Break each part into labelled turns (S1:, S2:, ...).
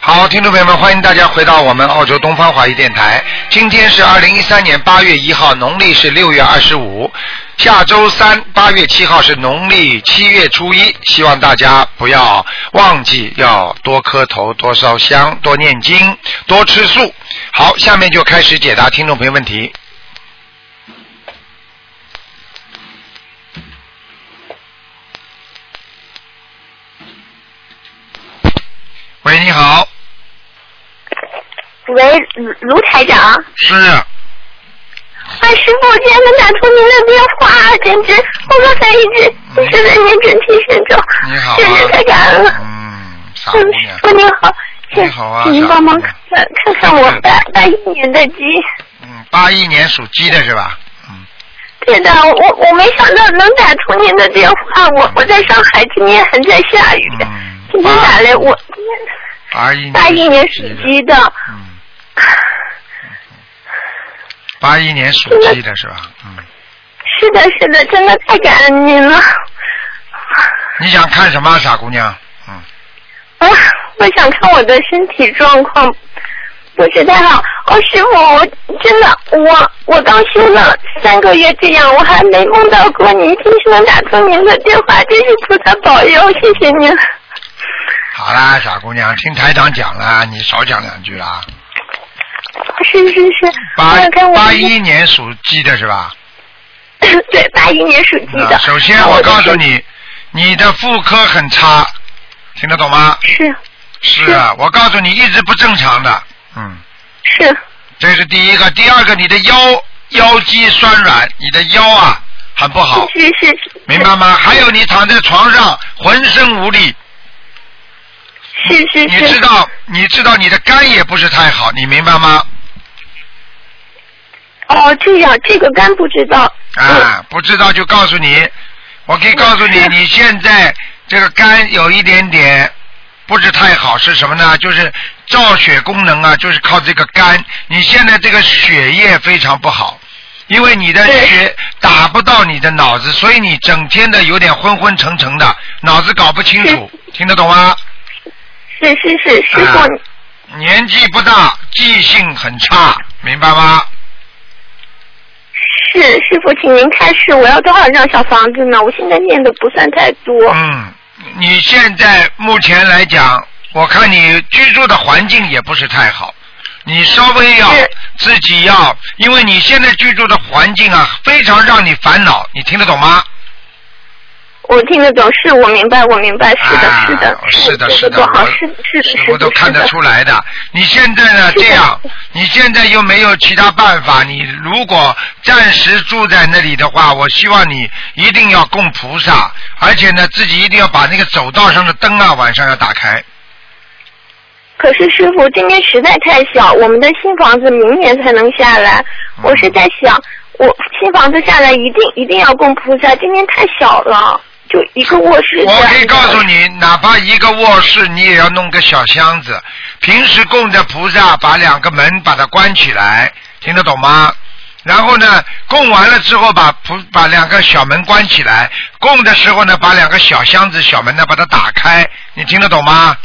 S1: 好，听众朋友们，欢迎大家回到我们澳洲东方华语电台。今天是二零一三年八月一号，农历是六月二十五。下周三八月七号是农历七月初一，希望大家不要忘记要多磕头、多烧香、多念经、多吃素。好，下面就开始解答听众朋友问题。喂，你好，
S2: 喂，卢卢台长，啊，
S1: 是
S2: 师傅，我竟然能打通您的电话，简直我刚才一直一直在您准提神咒，
S1: 嗯你好、啊，
S2: 简直太感恩了。
S1: 嗯，傻姑
S2: 嗯，
S1: 娘
S2: 师，傅您好，
S1: 你好啊
S2: 请您
S1: 小
S2: 帮忙
S1: 姑娘
S2: 看看看我八八一年的鸡。
S1: 嗯，八一年属鸡的是吧？嗯，
S2: 对的，我我没想到能打通您的电话，我我在上海，今天还在下雨，
S1: 嗯
S2: 今天打来我今
S1: 八一
S2: 天
S1: 年，
S2: 八一年属鸡，的，
S1: 嗯，八一年属鸡的是吧？嗯，
S2: 是的，是的，真的太感恩 您了。
S1: 你想看什么，傻姑娘？嗯，
S2: 啊，我想看我的身体状况不是太好。哦，师傅，我真的，我我刚修了三个月这样，我还没梦到过您，今天能打通您的电话，真是菩萨保佑，谢谢您。
S1: 好啦，傻姑娘，听台长讲啦，你少讲两句啦。
S2: 是是是，
S1: 八
S2: 我想看我
S1: 八一年属鸡的是吧？
S2: 对八一年属鸡的。
S1: 啊首先
S2: 那
S1: 我
S2: 的
S1: 告诉
S2: 身
S1: 你，你的妇科很差，听得懂吗？
S2: 是
S1: 是啊，我告诉你，一直不正常的。嗯，
S2: 是
S1: 这是第一个，第二个，你的腰腰肌酸软，你的腰啊很不好，
S2: 是是是
S1: 明白吗？还有你躺在床上浑身无力，
S2: 是是
S1: 你
S2: 是
S1: 知道你知道你的肝也不是太好，你明白吗？
S2: 哦，这样这个肝不知道。嗯
S1: 啊，不知道就告诉你，我可以告诉你，
S2: 是
S1: 你现在这个肝有一点点不是太好，是什么呢？就是造血功能啊，就是靠这个肝。你现在这个血液非常不好，因为你的
S2: 对
S1: 血打不到你的脑子，所以你整天的有点昏昏沉沉的，脑子搞不清楚，
S2: 嗯
S1: 听得懂吗？
S2: 是是是，师傅、
S1: 啊年纪不大，记性很差，明白吗？
S2: 是师傅，请您开示，我要多少张小房子呢？我现在念的不算太多。
S1: 嗯，你现在目前来讲，我看你居住的环境也不是太好，你稍微要
S2: 是
S1: 自己要，因为你现在居住的环境啊，非常让你烦恼，你听得懂吗？
S2: 我听得懂，是我明白，我明白，是的，
S1: 啊
S2: 是的，
S1: 是的，
S2: 我
S1: 是
S2: 做得
S1: 的，
S2: 多好，
S1: 我
S2: 是的，是的，是的，
S1: 我都看得
S2: 是的
S1: 出来的。你现在呢
S2: 是的
S1: 这样，你现在又没有其他办法，你如果暂时住在那里的话，我希望你一定要供菩萨，而且呢自己一定要把那个走道上的灯啊晚上要打开。
S2: 可是师傅，今年实在太小，我们的新房子明年才能下来。
S1: 嗯
S2: 我是在想，我新房子下来一定一定要供菩萨，今年太小了，就一个卧室这样
S1: 我
S2: 子。
S1: 可以告诉你，哪怕一个卧室，你也要弄个小箱子。平时供着菩萨，把两个门把它关起来，听得懂吗？然后呢，供完了之后把菩把两个小门关起来，供的时候呢，把两个小箱子、小门呢把它打开，你听得懂吗？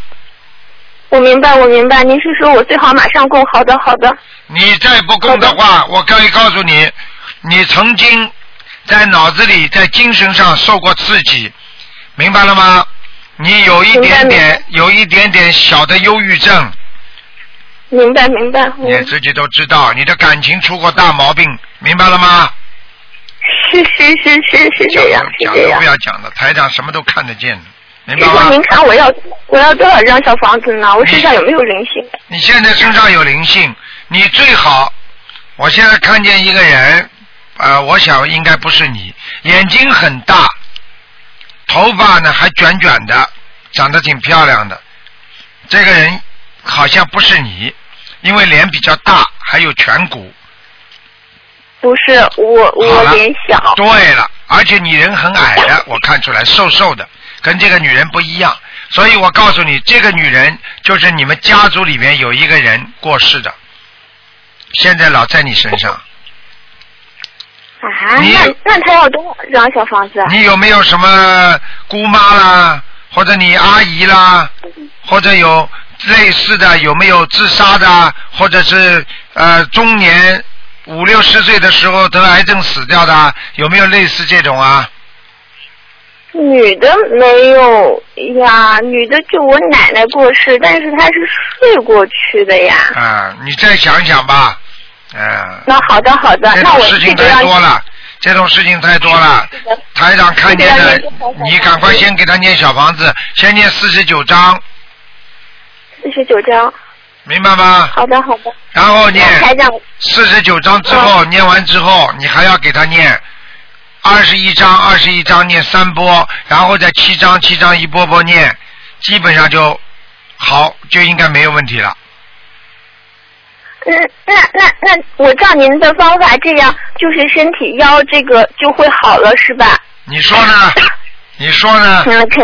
S2: 我明白，我明白，您是说我最好马上供？好的，好的，
S1: 你再不供的话，我可以告诉你，你曾经在脑子里、在精神上受过刺激，明白了吗？你有一点
S2: 明白
S1: 点，有一点点小的忧郁症，
S2: 明白，明白。我
S1: 你自己都知道，你的感情出过大毛病，明白了吗？
S2: 是是是是是
S1: 讲
S2: 这样
S1: 都，
S2: 是
S1: 讲
S2: 这
S1: 都
S2: 样
S1: 不。要讲了，台长什么都看得见，明
S2: 师
S1: 白
S2: 傅，
S1: 吗？
S2: 您看我要我要多少张小房子呢？我身上有没有灵性？
S1: 你现在身上有灵性，你最好。我现在看见一个人，呃，我想应该不是你，眼睛很大，头发呢还卷卷的，长得挺漂亮的。这个人好像不是你，因为脸比较大，还有颧骨。
S2: 不是，我
S1: 好
S2: 我
S1: 了
S2: 脸小。
S1: 对了，而且你人很矮的，我看出来，瘦瘦的，跟这个女人不一样。所以我告诉你，这个女人就是你们家族里面有一个人过世的，现在老在你身上。
S2: 啊，
S1: 你
S2: 那那他要多少张小房子啊？
S1: 你有没有什么姑妈啦，或者你阿姨啦，或者有类似的有没有自杀的，或者是呃中年五六十岁的时候得癌症死掉的，有没有类似这种啊？
S2: 女的没有呀，女的就我奶奶过世，但是她是睡过去的呀。
S1: 啊，你再想想吧，嗯，
S2: 那好的好的，
S1: 这
S2: 那
S1: 种
S2: 我
S1: 事
S2: 这
S1: 情
S2: 个
S1: 太
S2: 让
S1: 多了，这种事情太多了。台长看见
S2: 这个要
S1: 的
S2: 念多少小，房子
S1: 你赶快先给他念小房子，先念四十九章，
S2: 四十九章。
S1: 明白吗？
S2: 好的好的，
S1: 然后念
S2: 台长嗯
S1: 四十九章之后，念完之后，你还要给他念二十一章，二十一章念三波，然后再七章，七章一波波念，基本上就好，就应该没有问题了。
S2: 嗯，那那那，我照您的方法这样，就是身体腰这个就会好了，是吧？
S1: 你说呢？你说呢？
S2: 嗯，肯。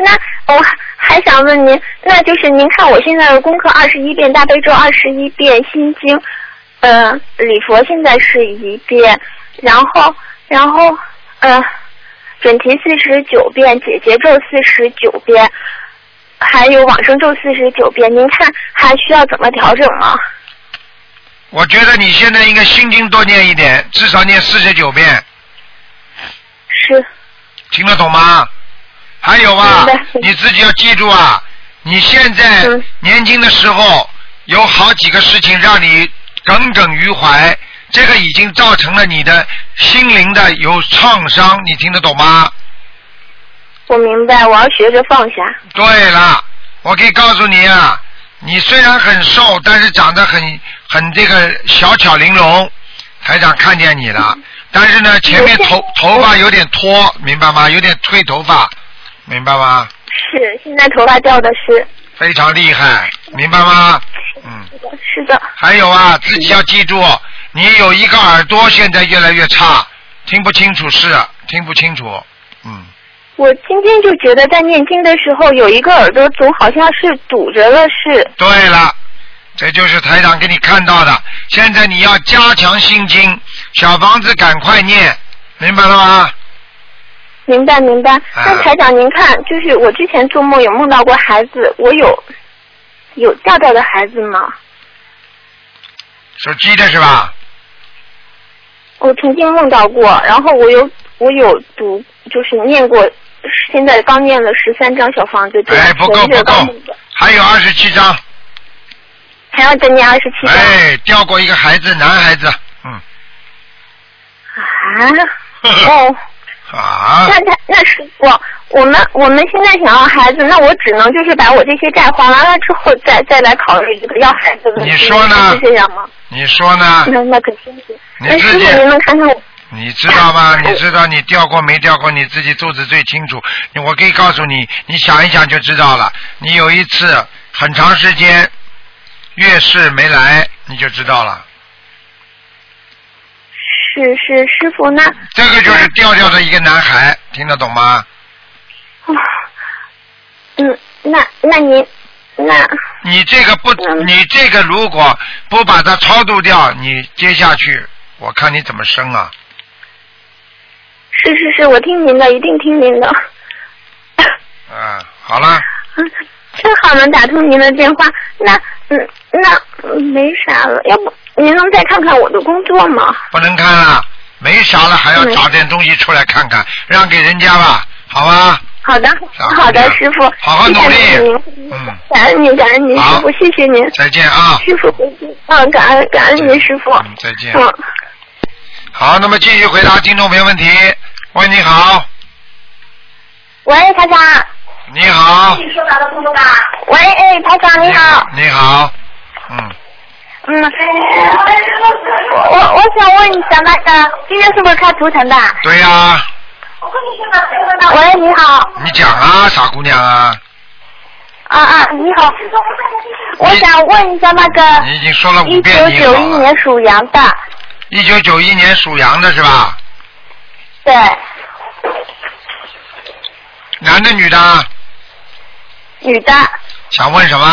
S2: 那我还想问您，那就是您看我现在的功课二十一遍大悲咒，二十一遍心经，呃，礼佛现在是一遍，然后然后呃，准提四十九遍，解结咒四十九遍，还有往生咒四十九遍，您看还需要怎么调整啊吗？
S1: 我觉得你现在应该心经多念一点，至少念四十九遍，
S2: 是。
S1: 听得懂吗？还有啊
S2: 明白，
S1: 你自己要记住啊，你现在
S2: 嗯
S1: 年轻的时候有好几个事情让你耿耿于怀，这个已经造成了你的心灵的有创伤，你听得懂吗？
S2: 我明白，我要学着放下。
S1: 对了，我可以告诉你啊，你虽然很瘦，但是长得很很这个小巧玲珑，台长看见你了。但是呢，前面头头发有点脱，明白吗？有点推头发，明白吗？
S2: 是，现在头发掉的是，
S1: 非常厉害，明白吗？嗯，
S2: 是的，
S1: 还有啊，自己要记住，你有一个耳朵现在越来越差，听不清楚是听不清楚，嗯，
S2: 我今天就觉得在念经的时候，有一个耳朵总好像是堵着了似。
S1: 对了，这就是台长给你看到的。现在你要加强心经，小房子赶快念，明白了吗？
S2: 明白明白。
S1: 啊
S2: 那台长您看，就是我之前做梦有梦到过孩子，我有有掉掉的孩子吗？
S1: 属鸡的是吧？
S2: 我曾经梦到过，然后我有我有读，就是念过，现在刚念了十三张小房子，对吧
S1: 哎，不够
S2: 前一阵
S1: 不
S2: 儿刚
S1: 够
S2: 念的，
S1: 还有二十七张，
S2: 还要再念二十七张
S1: 哎，掉过一个孩子，男孩子，嗯，哎
S2: 啊。 哦，
S1: 啊
S2: 那，他那是我我们我们现在想要孩子，那我只能就是把我这些债还完了之后再，再来考虑这个要孩子的问题。
S1: 你说呢
S2: 是这样吗？
S1: 你说呢？
S2: 那那肯定是。
S1: 你
S2: 那
S1: 自
S2: 师
S1: 己
S2: 傅，您能看看我？
S1: 你知道吗？你知道你掉过没掉过，你自己肚子最清楚。我可以告诉你，你想一想就知道了。你有一次很长时间月事没来，你就知道了。
S2: 是是，师傅那、
S1: 这个就是掉掉的一个男孩，听得懂吗？
S2: 啊嗯，那那您那
S1: 你这个不，
S2: 嗯
S1: 你这个如果不把它超度掉，你接下去我看你怎么生啊？
S2: 是是是，我听您的，一定听您的。
S1: 嗯，好了，
S2: 嗯，正好能打通您的电话，那嗯那嗯没啥了，要不您能再看看我的工作吗？
S1: 不能看了，没啥了，还要
S2: 嗯
S1: 找点东西出来看看，让给人家吧，好吧？
S2: 好的，
S1: 啊
S2: 好的，师傅，
S1: 好好努力
S2: 谢谢您
S1: 嗯
S2: 感恩您，感恩您，
S1: 好
S2: 师傅，谢谢您，
S1: 再见啊！
S2: 师傅，再见嗯，感恩感恩您，师傅，
S1: 嗯再见
S2: 嗯，
S1: 好，那么继续回答听众朋友问题。喂，你好，
S2: 喂，台长，
S1: 你好，
S2: 喂，哎，台长你好，，
S1: 你好，嗯，
S2: 嗯，我我想问一下，那个今天是不是开图腾的？
S1: 对呀、
S2: 喂，你好，
S1: 你讲啊，傻姑娘啊，
S2: 啊啊，你好，我想问一下那个
S1: 你已经说了
S2: 一
S1: 五
S2: 九
S1: 遍你
S2: 九
S1: 好
S2: 啊一
S1: 了。
S2: 年属羊的，
S1: 一九九一年属羊的是吧？
S2: 对，
S1: 男的女的？
S2: 女的，
S1: 想问什么？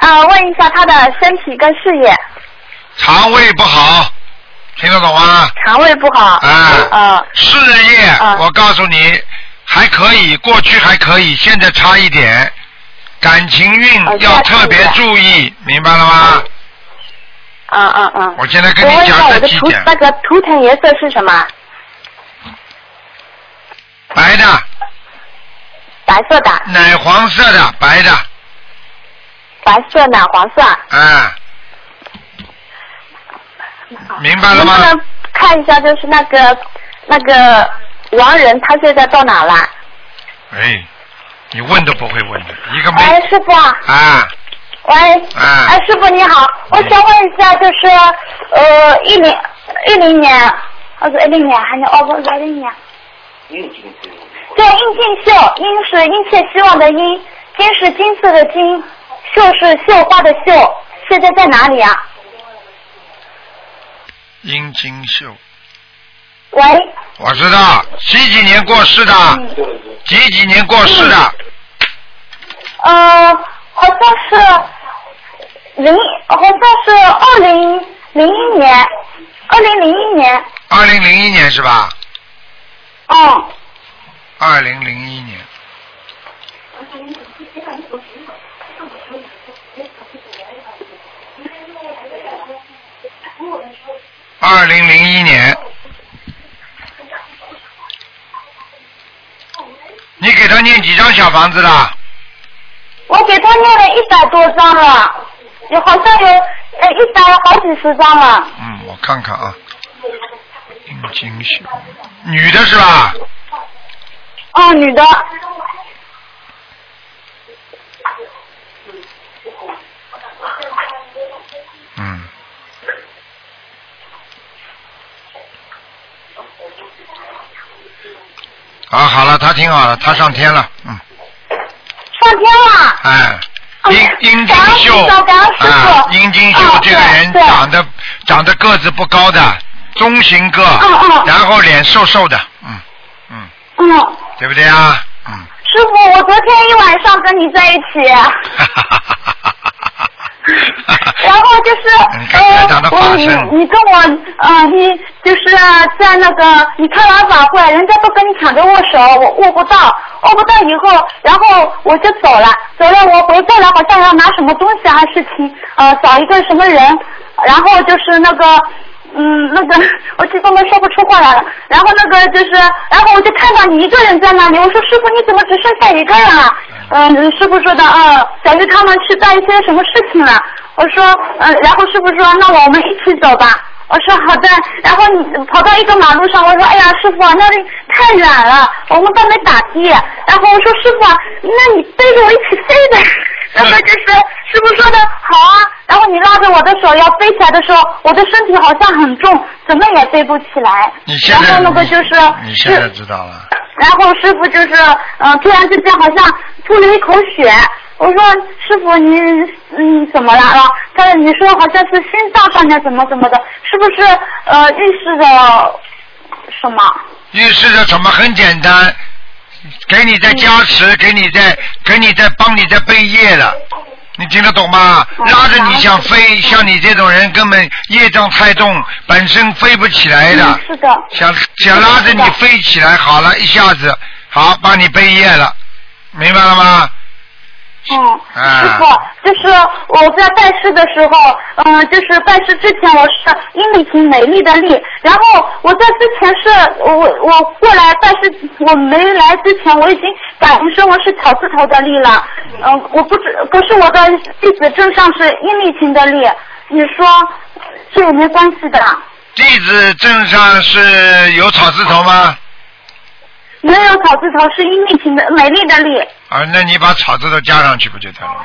S2: 啊，问一下她的身体跟事业。
S1: 肠胃不好，听得懂吗？
S2: 肠胃不好。
S1: 啊
S2: 呃
S1: 事业，
S2: 啊
S1: 我告诉你，还可以，过去还可以，现在差一点。感情运
S2: 啊
S3: 哦
S1: 要特别
S3: 家庭
S1: 注意，明白了吗？
S3: 嗯嗯嗯。
S1: 我现在跟
S3: 我
S1: 你
S3: 问一下
S1: 讲
S3: 我
S1: 这
S3: 的
S1: 几
S3: 图
S1: 点，
S3: 那个图腾颜色是什么？
S1: 白的、
S3: 白色的，
S1: 奶黄色的、白的，
S3: 白色奶黄色。
S1: 哎、明白了
S3: 能
S1: 吗
S3: 不？能看一下，就是那个那个王仁他现在到哪了？
S1: 哎，你问都不会问的，一个
S3: 哎
S1: 没，
S3: 师傅啊，
S1: 啊
S3: 喂，
S1: 啊
S3: 哎，师傅你好，我想问一下，就是呃一零一零年，还是一零年还是哦不是一零年？对，殷进秀，殷是殷切希望的殷，金是金色的金，秀是绣花的绣，现在在哪里啊？
S1: 殷金秀，
S3: 喂，
S1: 我知道，几几年过世的？几几年过世的？
S3: 呃，好像是零，好像是二零零一年，二零零一年，
S1: 二零零一年是吧？
S3: 嗯，
S1: 二零零一年，二零零一年，你给他念几张小房子了？
S3: 我给他念了一百多张了，有好像有呃一百好几十张了，
S1: 嗯，我看看啊，殷金秀，女的是吧？
S3: 嗯，女的，
S1: 嗯。啊，好了，他挺好了，他上天了，嗯，
S3: 上天了。
S1: 哎，
S3: 哦
S1: 殷殷金
S3: 感恩
S1: 秀
S3: 菩萨感恩师
S1: 啊，
S3: 傅
S1: 殷金秀
S3: 哦
S1: 这个人
S3: 对对
S1: 长得长得个子不高的，中型个
S3: 嗯嗯，
S1: 然后脸瘦瘦的，嗯嗯，
S3: 嗯，
S1: 对不对啊？嗯，
S3: 师傅，我昨天一晚上跟你在一起，
S1: 哈哈哈哈哈哈 哈哈
S3: 然后就是
S1: 你看台长
S3: 呃
S1: 的，法
S3: 我你
S1: 身
S3: 你跟我呃，你就是呃在那个你开完法会，人家都跟你抢着握手，我握不到，握不到以后，然后我就走了，走了我回过来好像要拿什么东西还是提呃找一个什么人，然后就是那个。嗯，那个我激动的说不出话来了。然后那个就是，然后我就看到你一个人在那里，我说师傅你怎么只剩下一个人了、嗯，师傅说的，嗯，表示他们去办一些什么事情了。我说，嗯，然后师傅说，那我们一起走吧。我说好的，然后你跑到一个马路上，我说哎呀，师傅啊，那里太远了，我们都没打的。然后我说师傅啊，那你背着我一起飞呗。然后就是师傅说的好啊，然后你拉着我的手要飞起来的时候，我的身体好像很重，怎么也飞不起来。
S1: 你现在
S3: 然后那个就是
S1: 你你现在
S3: 是
S1: 知道了。
S3: 然后师傅就是，呃，突然之间好像吐了一口血。我说师傅你嗯怎么了啊？他说你说好像是心脏上面怎么怎么的，是不是呃预示着什么？
S1: 预示着什么？很简单，给你
S3: 嗯
S1: 在加持，给你在给你在帮你在背业了。你听得懂吗？
S3: 哦
S1: 拉着你想飞，像你这种人根本业障太重，本身飞不起来的
S3: 嗯。是的，
S1: 想想拉着你
S3: 是的
S1: 飞起来，好了，一下子好帮你背业了，明白了吗？
S3: 嗯，
S1: 啊
S3: 师傅，就是我在拜师的时候，嗯、就是拜师之前我是殷丽婷美丽的丽，然后我在之前是我我过来拜师，我没来之前我已经感应声我是草字头的丽了，嗯、我不知可是我的弟子证上是殷丽婷的丽，你说这也没关系的，
S1: 弟子证上是有草字头吗？
S3: 没有草字头是殷丽婷的美丽的丽，
S1: 啊，那你把草字头加上去不就得了？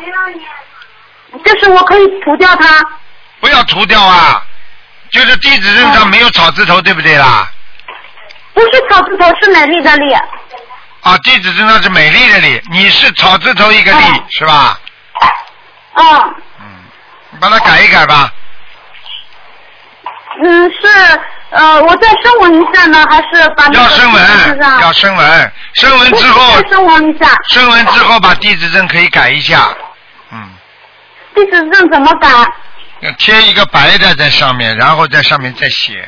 S3: 就是我可以涂掉它，
S1: 不要涂掉啊！就是地址证
S3: 嗯
S1: 上没有草字头，对不对啦？
S3: 不是草字头是美丽的丽，
S1: 啊，地址证上是美丽的丽，你是草字头一个丽
S3: 嗯，
S1: 是吧？
S3: 嗯。
S1: 嗯，你把它改一改吧。
S3: 嗯，是呃，我再声纹一下呢，还是把那
S1: 要
S3: 个
S1: 声纹，
S3: 嗯
S1: 要声纹，声纹之后，
S3: 再声纹一下，
S1: 声纹之后把地址证可以改一下。嗯，
S3: 地址证怎么改？
S1: 要贴一个白的在上面，然后在上面再写，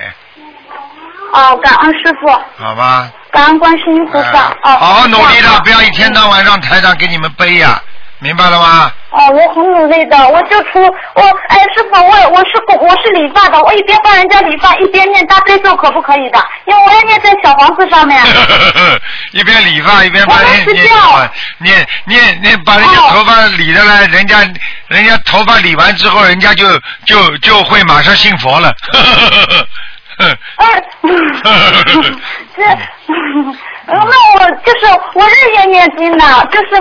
S3: 哦，感恩师傅，
S1: 好吧？
S3: 感恩观世音菩萨
S1: 啊。
S3: 哦，嗯
S1: 好好努力
S3: 这样
S1: 了，不要一天到晚让台长给你们背呀、明白了吗？
S3: 哦，我很努力的，我就除我哎，师傅，我我是我是理发的，我一边帮人家理发，一边念大悲咒，可不可以的？因为我要念在小房子 上面。
S1: 一边理发一边把
S3: 我在
S1: 人
S3: 睡
S1: 念
S3: 觉
S1: 念念念把人家
S3: 哦
S1: 头发理的来，人家人家头发理完之后，人家就就就会马上信佛了。
S3: 哎， 这， 嗯那我就是我日夜念经的，就是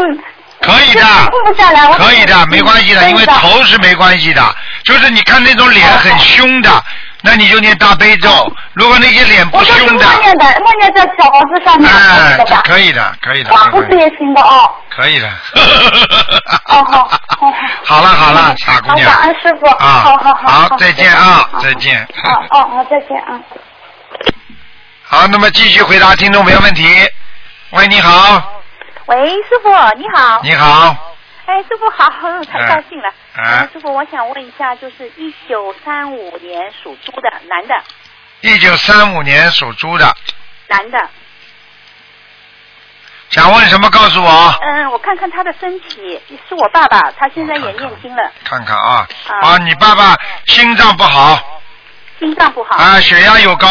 S1: 可以的
S3: 就是顾不下来，我，
S1: 可以的，没关系的，
S3: 真
S1: 因为头是没关系的，就是你看那种脸很凶
S3: 哦
S1: 的，那你就念大悲咒；如果那些脸
S3: 我
S1: 不
S3: 就是
S1: 凶的
S3: 默，念的，默念在小房子上面，
S1: 哎
S3: 可以的，吧？
S1: 可以的，可以的，
S3: 画胡
S1: 可以
S3: 子
S1: 的
S3: 也行的哦。
S1: 可以的。
S3: 哦好好嗯
S1: 好了好了，傻姑娘
S3: 好感恩师傅
S1: 啊，
S3: 好好好好
S1: 再见啊，
S3: 好
S1: 再见。
S3: 哦哦，好，再见啊。
S1: 好，那么继续回答听众朋友问题。喂，你好，
S4: 喂，师傅你好。
S1: 你好，
S4: 哎，师傅好， 太高兴了。
S1: 嗯
S4: 嗯师傅，我想问一下，就是一九三五年属猪的男的，
S1: 一九三五年属猪的，
S4: 男的，
S1: 想问什么告诉我，
S4: 嗯，我看看他的身体，是我爸爸，他现在也念经了，
S1: 看看啊。
S4: 啊
S1: 啊，你爸爸心脏不好
S4: 心脏不好。
S1: 啊，血压又高，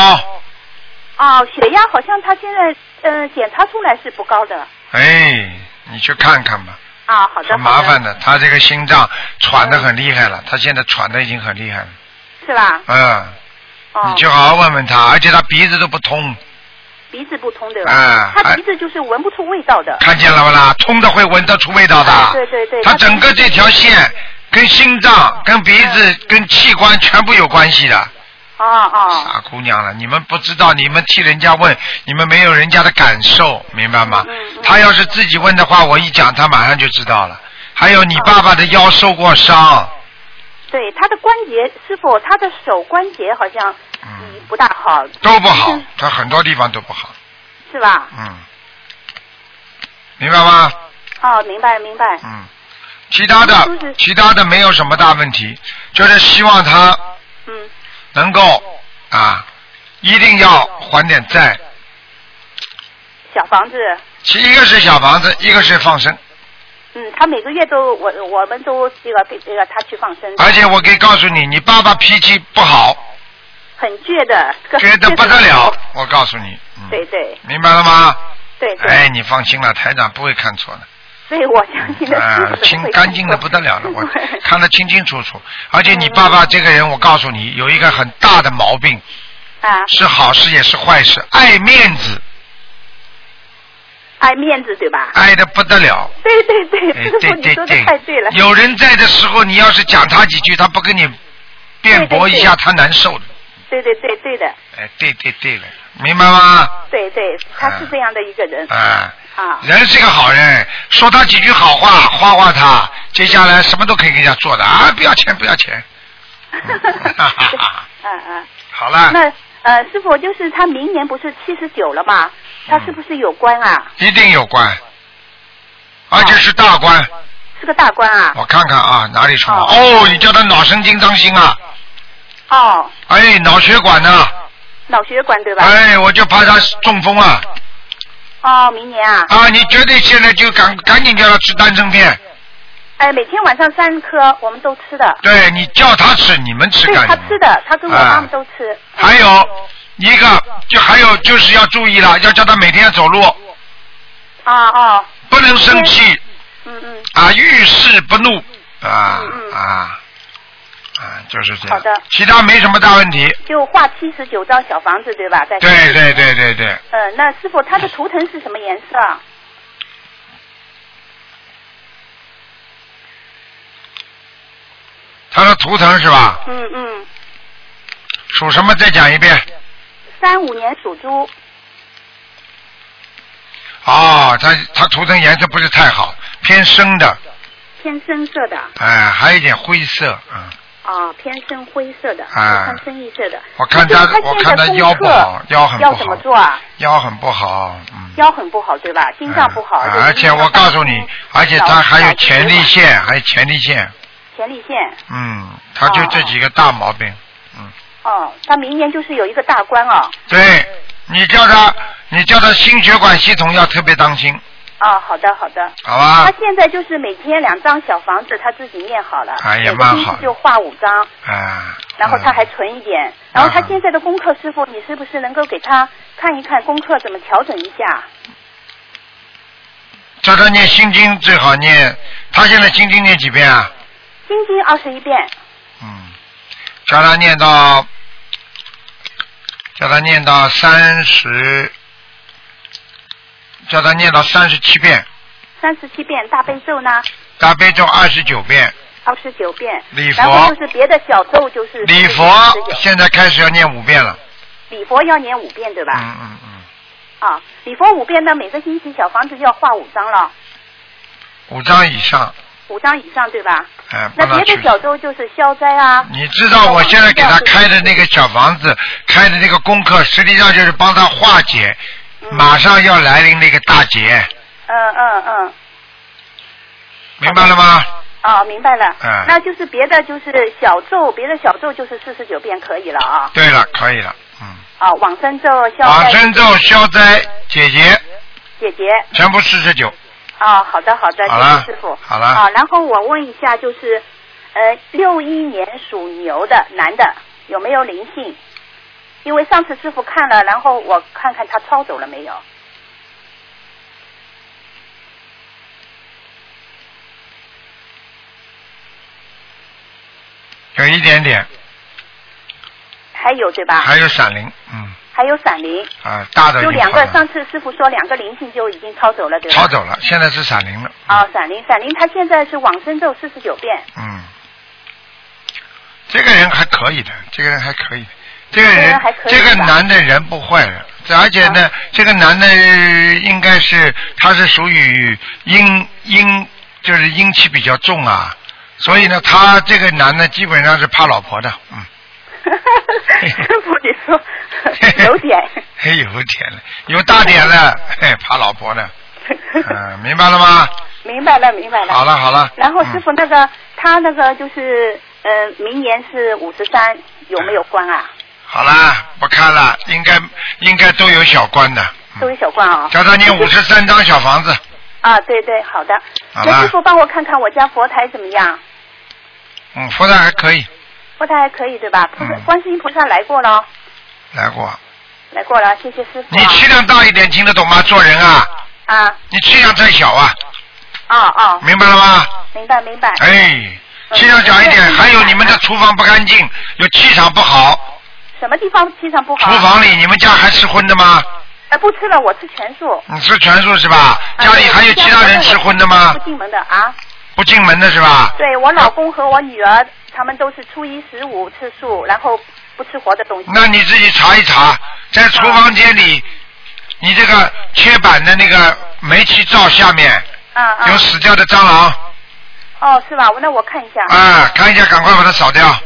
S4: 哦，血压好像他现在呃检查出来是不高的。
S1: 哎，你去看看吧，
S4: 啊，好的，
S1: 很麻烦
S4: 的，
S1: 的。他这个心脏喘的很厉害了，他现在喘的已经很厉害了，
S4: 是吧？
S1: 嗯。
S4: 哦嗯
S1: 你，就好好问问他，而且他鼻子都不通，
S4: 鼻子不通对吧？
S1: 啊
S4: 他鼻子就是闻不出味道的。
S1: 看见了不啦？通的会闻得出味道的。
S4: 啊对对对
S1: 他
S4: 他
S1: 整个这条线跟心脏、跟鼻子、
S4: 嗯
S1: 跟器官全部有关系的。
S4: 哦哦，
S1: 傻姑娘了，你们不知道，你们替人家问，你们没有人家的感受，明白吗？
S4: 嗯嗯
S1: 他要是自己问的话，我一讲，他马上就知道了。还有你爸爸的腰受过
S4: 嗯
S1: 伤，
S4: 对，他的关节，师傅，他的手关节好像嗯不大好，
S1: 都不好
S4: 嗯，
S1: 他很多地方都不好，
S4: 是吧？
S1: 嗯，明白吗？
S4: 哦，明白明白。
S1: 嗯，其他的
S4: 就是
S1: 其他的没有什么大问题，就是希望他
S4: 嗯，
S1: 能够啊，一定要还点债。
S4: 小房子，
S1: 其一个是小房子，一个是放生，
S4: 嗯，他每个月都我我们都这个给这个他去放生，
S1: 而且我可以告诉你，你爸爸脾气不好，
S4: 很倔的，，
S1: 觉得不得了我告诉你，嗯，
S4: 对对
S1: 明白了吗？
S4: 对对，
S1: 哎，你放心了，台长不会看错的，
S4: 所以我相信的
S1: 啊、
S4: 师傅
S1: 清
S4: 会
S1: 干净的不得 了了，我看得清清楚楚。而且你爸爸
S4: 嗯
S1: 这个人，我告诉你，有一个很大的毛病，
S4: 啊，
S1: 是好事也是坏事，爱面子，
S4: 爱面子对吧？
S1: 爱的不得 了。
S4: 对对对，
S1: 哎
S4: 师，傅
S1: 对
S4: 你
S1: 对
S4: 说的
S1: 对
S4: 太对了，，
S1: 有人在的时候，你要是讲他几句，他不跟你辩驳一下，他难受的。
S4: 对对对对的，
S1: 哎，对对对了，明白吗？
S4: 对对，他是
S1: 啊
S4: 这样的一个人
S1: 啊，
S4: 啊，
S1: 人是个好人，说他几句好话，花花他，接下来什么都可以给人家做的啊！不要钱，不要 钱。
S4: 嗯嗯。
S1: 好了，
S4: 那呃，师傅，就是他明年不是七十九了嘛，他是不是有官啊？
S1: 一定有关，而且是大官。
S4: 是个大官啊？
S1: 我看看啊，哪里出了？
S4: 哦
S1: 哦，你叫他脑神经当心啊！
S4: 哦，
S1: 哎，脑血管呢、
S4: 脑血管对吧？
S1: 哎，我就怕他中风啊！
S4: 哦，明年啊？
S1: 啊，你绝对现在就赶赶紧叫他吃丹参片，
S4: 哎，每天晚上三颗，我们都吃的。
S1: 对你叫他吃，你们吃
S4: 对
S1: 干
S4: 他
S1: 什么？
S4: 吃的，他跟我
S1: 啊
S4: 妈妈都吃。
S1: 还有一个，就还有就是要注意了，要叫他每天走路，
S4: 啊哦，
S1: 不能生气
S4: 嗯嗯，
S1: 啊，遇事不怒啊
S4: 嗯嗯
S1: 啊啊，就是这样。
S4: 好的
S1: 其他没什么大问题。
S4: 就画七十九张小房子对吧？在。
S1: 对对对对对，
S4: 呃，那师傅，他的图腾是什么颜色啊？
S1: 他的图腾是吧？
S4: 嗯嗯，
S1: 属什么？再讲一遍。
S4: 三五年属猪。
S1: 哦，他他图腾颜色不是太好，偏深的，
S4: 偏深色的
S1: 哎，还有一点灰色，嗯。
S4: 啊，偏深灰色的，
S1: 啊
S4: 偏深一色的。
S1: 我看他
S4: 那就是
S1: 我
S4: 现
S1: 看
S4: 在
S1: 他
S4: 功
S1: 腰不
S4: 课
S1: 好腰很不
S4: 要怎么
S1: 好
S4: 做啊？
S1: 腰很不好，嗯。
S4: 腰很不好，对吧？心脏不好，
S1: 嗯
S4: 就是
S1: 而且我告诉你，而且他还有前列腺，还有前列腺，
S4: 前列腺。
S1: 嗯，他就这几个大毛病，嗯，
S4: 哦，他明年就是有一个大关哦。
S1: 对，你叫他，你叫他心血管系统要特别当心，
S4: 哦，好的好的。
S1: 好吧
S4: 他？现在就是每天两张小房子，他自己念好了，
S1: 哎也
S4: 每个
S1: 蛮
S4: 星期
S1: 好的
S4: 就画五张，
S1: 啊。
S4: 然后他还
S1: 嗯
S4: 存一点。然后他
S1: 嗯
S4: 现在的功课，师傅，你是不是能够给他看一看功课怎么调整一下？
S1: 叫他念心经最好念，他现在心经念几遍啊？
S4: 心经二十一遍，
S1: 嗯，叫他念到，叫他念到三十，叫他念到三十七遍，
S4: 三十七遍大悲咒呢，
S1: 大悲咒二十九遍，
S4: 二十九遍。
S1: 礼
S4: 然后
S1: 佛
S4: 就，是别的小咒就是
S1: 礼佛，现在开始要念五遍了。
S4: 礼佛要念五遍对吧？
S1: 嗯嗯嗯，
S4: 啊，礼佛五遍呢，每个星期小房子要画五张了，
S1: 五张以上，
S4: 五张以上对吧？
S1: 哎，
S4: 那
S1: 帮他
S4: 别
S1: 去
S4: 的。小咒就是消灾啊，
S1: 你知道我现在给他开的那个小房子，开的那个功课，实际上就是帮他化解马上要来临那个大劫，
S4: 嗯嗯嗯，
S1: 明白了吗？
S4: 哦，明白了。
S1: 嗯
S4: 那就是别的就是小咒，别的小咒就是四十九遍可以了啊。
S1: 对了，可以了，嗯。
S4: 啊，往生咒、消
S1: 往
S4: 灾、
S1: 生咒、消灾、解结，
S4: 解结。
S1: 全部四十九。
S4: 啊，好的好的，
S1: 好了
S4: 谢谢师傅。
S1: 好了
S4: 啊，然后我问一下，就是呃，六一年属牛的男的有没有灵性？因为上次师傅看了，然后我看看他抄走了没有。
S1: 有一点点，
S4: 还有对吧？
S1: 还有闪灵，嗯，
S4: 还有闪灵，
S1: 啊，大的已
S4: 啊
S1: 经
S4: 就两
S1: 跑
S4: 个。
S1: 了
S4: 上次师傅说两个灵性就已经抄走了，对吧？
S1: 抄。走了，现在是闪灵了，
S4: 哦，闪灵，闪灵，他现在是往生咒四十九 遍。
S1: 嗯。这个人还可以的，这个人还可以的，这个
S4: 这个
S1: 人
S4: 人还可以
S1: 这个
S4: 吧啊
S1: 男的人不坏的，这而且呢，这个男的应该是他是属于阴阴，就是阴气比较重啊，所
S4: 嗯
S1: 以呢，他这个男的基本上是怕老婆的，嗯。
S4: 师傅，你说 有点。
S1: 嘿，有点了，有大点 了，嘿，怕老婆呢， 嗯、明白了吗？
S4: 明白了，明白了。
S1: 好了好了。嗯
S4: 然后师傅那个、他那个就是呃，明年是五十三，有没有关啊？
S1: 嗯好啦，不看了，应该应该都有小关的，
S4: 都有小关啊、
S1: 叫他念五十三张小房子，
S4: 啊，对对，好的。
S1: 好
S4: 那师
S1: 啦，
S4: 傅帮我看看我家佛台怎么样？
S1: 嗯，佛台还可以，
S4: 佛台还可以对吧？菩萨、
S1: 嗯
S4: 观世音菩萨来过了，
S1: 来过。
S4: 来过了，谢谢师傅
S1: 你
S4: 啊。
S1: 气量大一点，听得懂吗？做人啊，
S4: 啊，
S1: 你气量太小啊，
S4: 哦哦，
S1: 明白了吗？
S4: 明白明白。
S1: 哎，气量小一点。还有你们的厨房不干净，有气场不好，
S4: 什么地方气场不好？
S1: 厨。房里你们家还吃荤的吗？
S4: 哎，不吃了，我吃全素。
S1: 你吃全素是吧？
S4: 啊
S1: 家里还有其他人吃荤的吗
S4: 不？进门的啊，
S1: 不进门的是吧？
S4: 对我老公和我女儿，他们都是初一十五吃素，然后不吃活的东西。
S1: 那你自己查一查，在厨房间里，你这个切板的那个煤气灶下面
S4: 啊啊
S1: 有。死掉的蟑螂
S4: 哦，是吧？那我看一下。
S1: 啊，看一下，赶快把它扫掉。
S4: 哦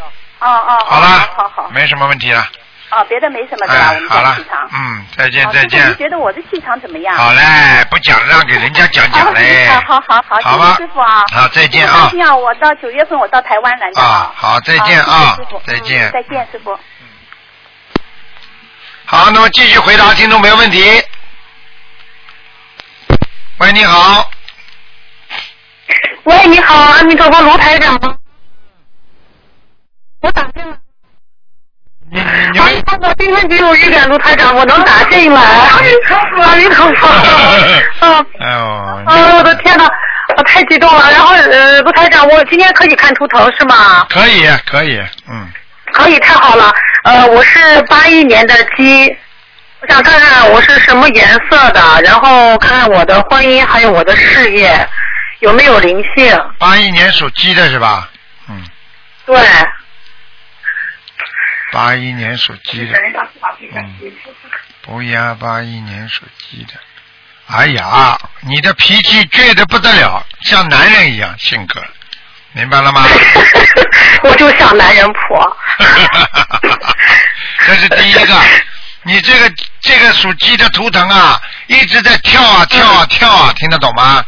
S4: 哦。
S1: 好
S4: 好好
S1: 了，
S4: 好。
S1: 没什么问题了。
S4: 哦，别的没什么对吧？
S1: 哎
S4: 我，们
S1: 好
S4: 讲
S1: 了
S4: 气场。，
S1: 嗯，再见
S4: 好
S1: 再
S4: 师傅您
S1: 见。
S4: 觉得我的气场怎么样？
S1: 好嘞，不讲让给人家讲讲嘞。
S4: 哦好好好
S1: 好吧
S4: 谢谢师傅啊
S1: 好，再见
S4: 我
S1: 啊
S4: 相。信啊，我到九月份我到台湾来的
S1: 啊，好，再见啊
S4: 好谢谢师傅，
S1: 再见
S4: 嗯。再见，师傅。
S1: 好，那么继续回答听众朋友问题。喂，你好，
S2: 喂，你好，阿弥陀佛，卢台长吗？我打进来。
S1: 你你你
S2: 哎
S1: 们，
S2: 看到今天只有一点卢台长，我能打进来。啊阿弥陀佛，阿弥陀 佛。啊
S1: 哎呦，你
S2: 啊！我的天哪，我太激动了。然后呃，卢台长，我今天可以看图腾是吗？
S1: 可以可以，嗯，
S2: 可以，太好了。呃，我是八一年的鸡，我想看看我是什么颜色的，然后看看我的婚姻还有我的事业有没有灵性。
S1: 八一年属鸡的是吧？嗯，
S2: 对，
S1: 八一年属鸡的，嗯，不呀，八一年属鸡的。哎呀，你的脾气倔得不得了，像男人一样性格，明白了吗？ 。
S2: 我就想男人婆
S1: 这是第一个。你这个这个属鸡的图腾啊，一直在跳啊跳啊跳啊，听得懂吗？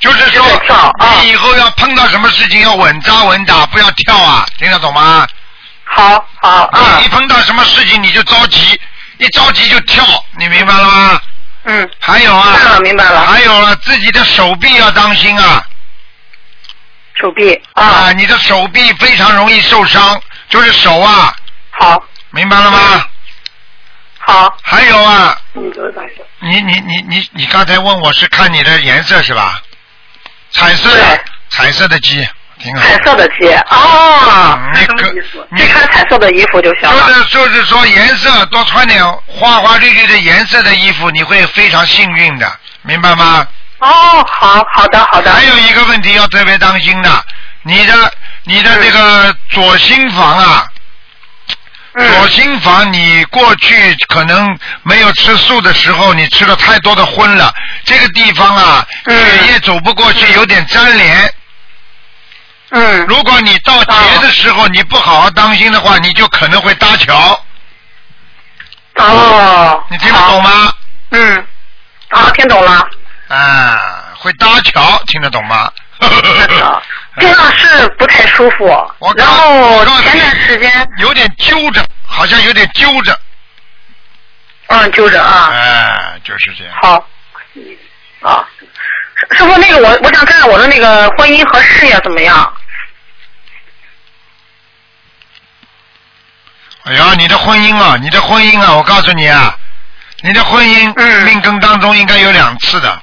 S1: 就是说
S2: 一直在跳，啊
S1: 你以后要碰到什么事情要稳扎稳打，不要跳啊，听得懂吗？
S2: 好好啊
S1: 你一，碰到什么事情你就着急，一着急就跳，你明白了吗？
S2: 嗯，
S1: 还有啊，
S2: 明白了明白了
S1: 还有啊，自己的手臂要当心啊
S2: 手臂
S1: 啊，，你的手臂非常容易受伤，就是手啊，
S2: 好，
S1: 明白了
S2: 嗯
S1: 吗？
S2: 好，
S1: 还有啊，
S2: 你给我打
S1: 你你你你你刚才问我是看你的颜色是吧？彩色的
S2: 对
S1: 彩色的鸡挺好。嗯
S2: 彩色的鸡哦，
S1: 你
S2: 什么
S1: 可
S2: 衣服？
S1: 你
S2: 就穿彩色的衣服就行
S1: 就
S2: 了。
S1: 是就是说颜色多穿点花花绿绿的颜色的衣服，你会非常幸运的，明白吗？
S2: 哦，好，好的，好的。
S1: 还有一个问题要特别当心的，你的你的这个左心房啊，左
S2: 嗯，
S1: 心房你过去可能没有吃素的时候，你吃了太多的荤了，这个地方啊，
S2: 嗯
S1: 血液走不过去，有点粘连。
S2: 嗯，
S1: 如果你到节的时候你不好好当心的话，你就可能会搭桥，
S2: 哦，
S1: 你听得懂吗？
S2: 嗯，好，听懂了。
S1: 啊，会搭桥，听得懂吗？
S2: 这样是不太舒服
S1: 我。
S2: 然
S1: 告
S2: 后
S1: 我告诉
S2: 前
S1: 你
S2: 段时间，
S1: 有点揪着，好像有点揪着，
S2: 嗯，揪着
S1: 哎、
S2: 啊，
S1: 就是这样。
S2: 好，啊，师师傅，那个我我想看看我的那个婚姻和事业怎么样？
S1: 哎呀，你的婚姻啊，你的婚姻啊，我告诉你啊，你的婚姻、
S2: 嗯
S1: 命根当中应该有两次的，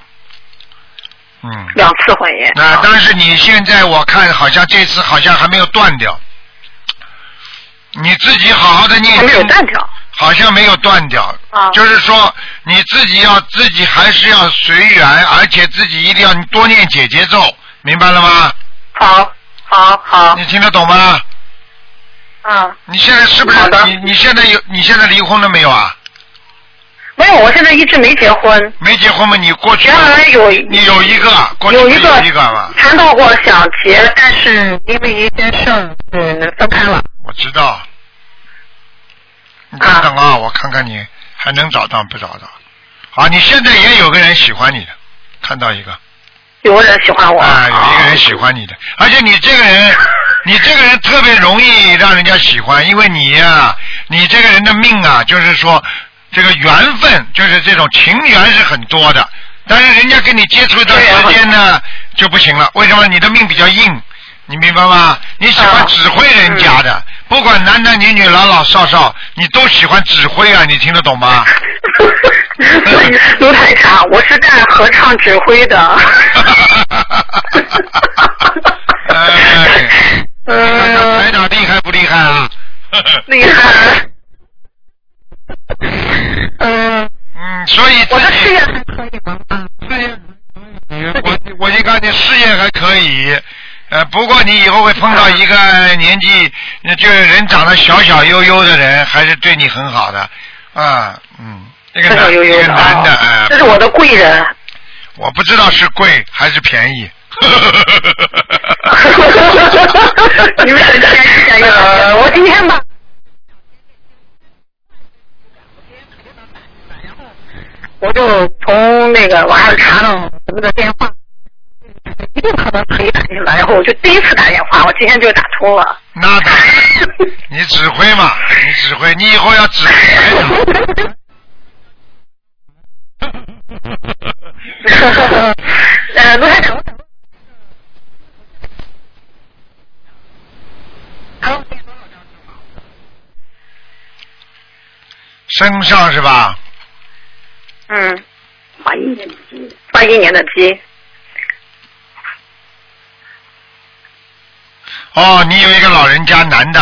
S1: 嗯，
S2: 两次婚姻。
S1: 那、
S2: 啊
S1: 但是你现在我看好像这次好像还没有断掉，你自己好好的念
S2: 还没有
S1: 经，
S2: 断掉。
S1: 好像没有断掉，
S2: 啊
S1: 就是说你自己要自己还是要随缘，而且自己一定要多念姐姐咒，明白了吗？
S2: 好，好，好，
S1: 你听得懂吗？
S2: 嗯，
S1: 你现在是不是
S2: 好的
S1: 你你现在有你现在离婚了没有啊？
S2: 没有，我现在一直没结婚，
S1: 没结婚吗？你过去
S2: 原来有
S1: 你有一个，过去
S2: 有一
S1: 不
S2: 个
S1: 有一个吗？
S2: 谈到过想结，但是因为一些事儿，嗯，分开了。
S1: 我知道。你等等啊，我看看你还能找到不找到？啊，你现在也有个人喜欢你的，看到一个
S2: 有个人喜欢我，
S1: 啊，有一个人喜欢你的，而且你这个人， 你这个人特别容易让人家喜欢，因为你呀、你这个人的命啊，就是说这个缘分，就是这种情缘是很多的，但是人家跟你接触一段时间呢就不行了。为什么？你的命比较硬，你明白吗？你喜欢
S2: 啊
S1: 指挥人家的，不管男男女女、老老少少，你都喜欢指挥啊，你听得懂吗？
S2: 所以 卢台长，我是干合唱指挥的。
S1: 哎台
S2: 嗯，
S1: 长厉害不厉害啊？
S2: 厉 害。嗯，
S1: 嗯，所以
S2: 我的
S1: 自己
S2: 事业还可以吗？嗯，事业
S1: 嗯我我就告诉你，事业还可以，呃，不过你以后会碰到一个年纪，那就是人长得小小悠悠的人，还是对你很好的，啊，嗯，这 个
S2: 小
S1: 男
S2: 小悠悠
S1: 这个
S2: 的
S1: 男的，
S2: 啊
S1: 哎，
S2: 这是我的贵人。
S1: 我不知道是贵还是便宜。
S2: 你们很谦虚谦虚呃，我今天吧。我就从那个网上查到我们的电话，一定可能可以打进来，然后我就第一次打电话，我今天就打通 了。
S1: 那当然，你指挥嘛，你指挥，你以后要指挥台长。
S2: 呃，卢台长，
S1: 身上是吧？
S2: 嗯，八一年的鸡，八一年的鸡，
S1: 哦，你有一个老人家，男的，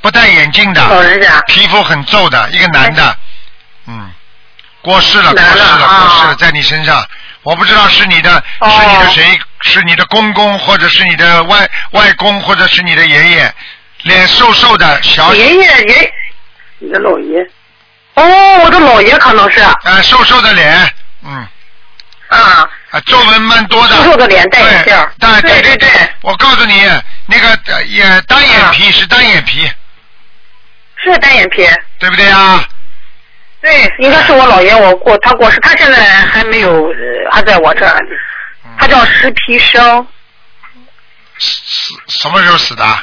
S1: 不戴眼镜的。
S2: 老人家，
S1: 皮肤很皱的一个男的，嗯，过世了，过
S2: 男
S1: 世
S2: 的
S1: 了，
S2: 啊
S1: 过世了，在你身上，我不知道是你的，
S2: 哦
S1: 是你的谁，是你的公公，或者是你的外外公，或者是你的爷爷，脸瘦瘦的，小
S2: 爷爷爷，
S5: 你的老爷，
S2: 哦，我的姥爷可能是，
S1: 呃瘦瘦的脸，嗯，
S2: 啊，
S1: 啊皱纹蛮多的，
S2: 瘦瘦的脸戴眼镜儿
S1: 对
S2: 对
S1: 对
S2: 对对啊
S1: 我告诉你，那个呃也单眼皮是单眼皮，
S2: 是单眼皮。
S1: 对不对啊？
S2: 对，应该是我姥爷，我过他过世，他现在还没有，呃还在我这儿。他叫石皮生，
S1: 死什么时候死的啊？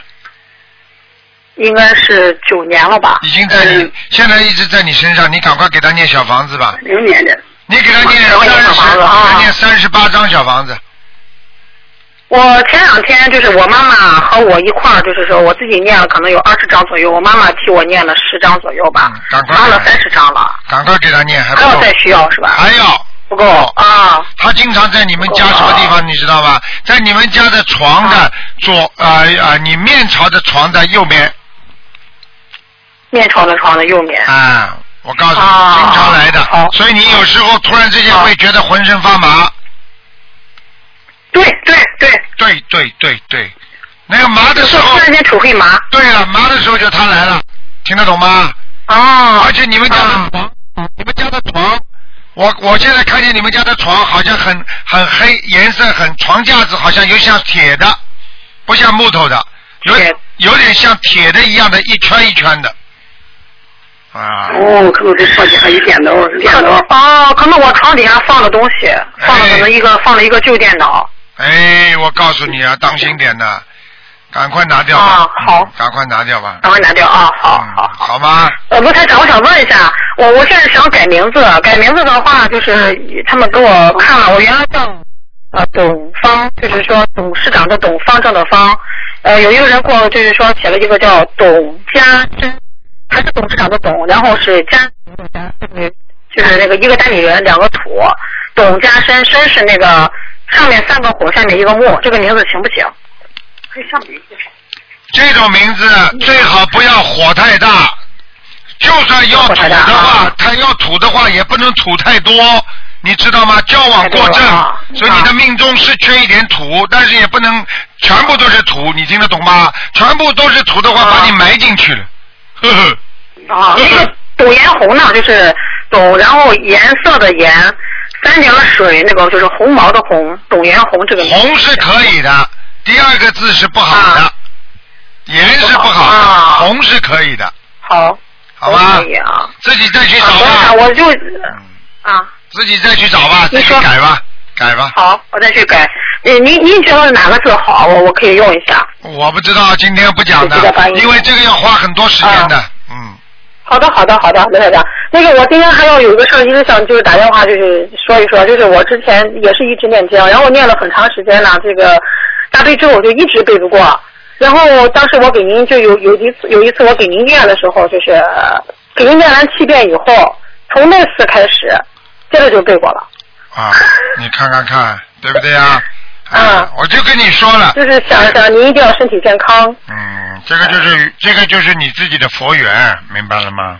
S2: 应该是九年了吧？
S1: 已经在你
S2: 嗯
S1: 现在一直在你身上，你赶快给他念小房子吧。
S5: 零年的，
S1: 你给他念
S2: 我
S1: 三
S2: 给
S1: 十，
S2: 小房子
S1: 给
S2: 啊
S1: 他念三十八张小房子。
S2: 我前两天就是我妈妈和我一块儿，就是说我自己念了可能有二十张左右，我妈妈替我念了十张左右吧
S1: 嗯，赶快
S2: 拿了三十张了，
S1: 赶快给他念，还不
S2: 还有
S1: 够
S2: 再需要是吧？
S1: 还要
S2: 不够啊，
S1: 他经常在你们家什么地方，你知道吧？在你们家的床的
S2: 哦啊
S1: 左啊啊、呃你面朝着床的右边
S2: 面朝着床的右面。
S1: 啊、我告诉你，
S2: 啊
S1: 经常来的
S2: 好，
S1: 所以你有时候突然之间会觉得浑身发麻，
S2: 对对对，
S1: 对对对对，那个麻的时
S2: 突
S1: 候，
S2: 然间手会麻。
S1: 对了，麻的时候就他来了，听得懂吗？
S2: 哦
S1: 而且你们家的
S2: 啊
S1: 床，你们家的床，我我现在看见你们家的床好像很很黑，颜色很，床架子好像有像铁的，不像木头的，有
S2: 铁
S1: 有点像铁的一样的，一圈一圈的。啊，
S2: 哦，可能是放下一电脑，电脑。哦，可能我床底下放了东西，放了可能一个放了一个旧电脑。
S1: 哎，我告诉你啊，当心点呐，赶快拿掉吧。
S2: 啊好
S1: 嗯赶快拿掉吧。
S2: 赶快拿掉啊！
S1: 嗯
S2: 好好，
S1: 好吗？
S2: 呃，卢台长，我想问一下，我我现在想改名字，改名字的话，就是他们给我看了，我原来叫呃董方，就是说董事长的董，方正的方，呃，有一个人给我就是说写了一个叫董家珍，还是董事长的董，然后是家，嗯就是那个一个单立人，两个土，董家深，深是那个上面三个火，下面一个木，这个名字行不行？
S1: 这种名字最好不要火太大，就算要土的
S2: 火太大
S1: 话
S2: 啊，
S1: 它要土的话也不能土太多，你知道吗？交往过
S2: 太
S1: 正
S2: 多了啊，
S1: 所以你的命中是缺一点土，但是也不能全部都是土，你听得懂吗？全部都是土的话，
S2: 啊
S1: 把你埋进去了。呵呵，
S2: 啊，那
S1: 嗯
S2: 个董颜红呢，就是董，然后颜色的颜，三点水那个就是红毛的红，董颜红这个名字
S1: 红是可以的，第二个字是不好的
S2: 啊，
S1: 颜是不好
S2: 啊
S1: 的，红是可以的，
S2: 好，
S1: 好吧
S2: 可？以啊。
S1: 自己再去
S2: 啊
S1: 找，
S2: 等一下，
S1: 吧，
S2: 我就
S1: 嗯
S2: 啊，
S1: 自己再去找吧，自
S2: 你
S1: 己
S2: 说
S1: 改吧，改吧。
S2: 好，我再去改。呃您您觉得哪个字好？我我可以用一下。
S1: 我不知道，今天不讲的
S2: 就记得发，音啊
S1: 因为这个要花很多时间的。嗯，
S2: 好的，好的，好的，刘校长。那个，我今天还要有一个事儿，一直想就是打电话，就是说一说，就是我之前也是一直念经，然后念了很长时间了，这个大悲咒我就一直背不过。然后当时我给您就有有一次有一次我给您念的时候，就是呃给您念完七遍以后，从那次开始，接着就背过了。
S1: 啊，你看看看，对不对啊？
S2: 嗯
S1: 我就跟你说了，
S2: 就是想想您一定要身体健康，
S1: 嗯，这个就是这个就是你自己的佛缘，明白了吗？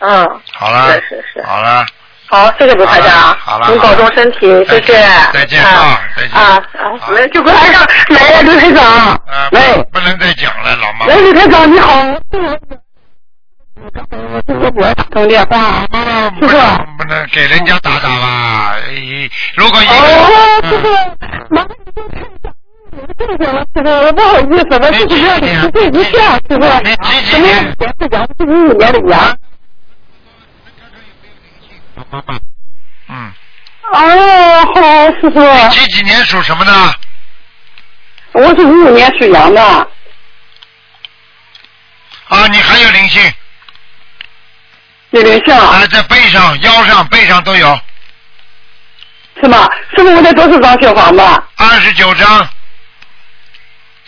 S2: 嗯，
S1: 好了，
S2: 是是是
S1: 好了，
S2: 好，谢谢卢台长啊，
S1: 好了好了
S2: 您保重身体，
S1: 再
S2: 谢
S1: 见
S2: 谢，
S1: 再见啊
S2: 啊，
S1: 再见
S2: 啊
S1: 好
S2: 啊，来就给我台长，来呀，卢台长，
S1: 呃，
S2: 喂
S1: 不不能再讲了，老妈。
S2: 喂，李台长你好，我是我打通电话，
S1: 不
S2: 师傅。
S1: 能不能给人家打打吧，哎如果一个
S2: 哦，师
S1: 嗯
S2: 傅，麻烦你给我看一下。谢谢了，师傅，我不好意思，我
S1: 你
S2: 是不
S1: 几
S2: 是
S1: 嗯几年
S2: 你对不起啊，师傅？
S1: 你几几
S2: 什么
S1: 年
S2: 羊？是羊，是五五年的羊。
S1: 嗯，
S2: 哦，好，师傅，
S1: 几几年属什么的？
S2: 我是五五年属羊的。
S1: 啊，你还有灵性
S2: 有点像
S1: 啊，在背上、腰上、背上都有
S2: 是吗？师傅，我得多少张小房子？
S1: 二十九张。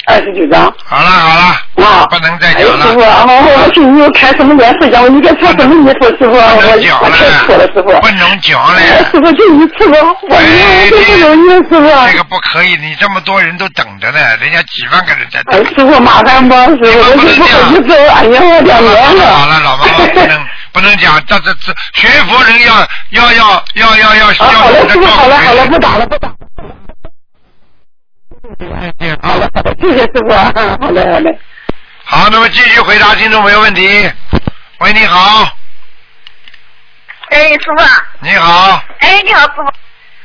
S2: 二十九张。
S1: 好了好了，
S2: 啊，
S1: 不能再
S2: 哎，
S1: 讲
S2: 师傅，
S1: 了，
S2: 啊，我我是你又看什么颜色羊？你该穿什么衣服，师傅？
S1: 不
S2: 我
S1: 能讲
S2: 我太苦了，师傅。
S1: 不能讲
S2: 哎
S1: 了
S2: 师，傅就一次吧，我
S1: 哎
S2: 我真不容易，师傅。
S1: 这个不可以，你这么多人都等着呢，人家几万个人在
S2: 哎，
S1: 等。
S2: 师傅麻烦帮师傅，我就不好意思，哎呀，我两年了。
S1: 好了，老妈妈不能不能讲，这这这学佛人要要要要要要
S2: 啊，
S1: 要
S2: 好了，
S1: 懂得
S2: 师傅，
S1: 照顾
S2: 好了，好了，
S1: 人
S2: 不打了，不打了。好了，好了，谢谢师傅 啊，好嘞，好嘞。
S1: 好，那么继续回答听众朋友问题。喂，你好，
S4: 哎，师傅，
S1: 你好，
S4: 哎，你好，师傅，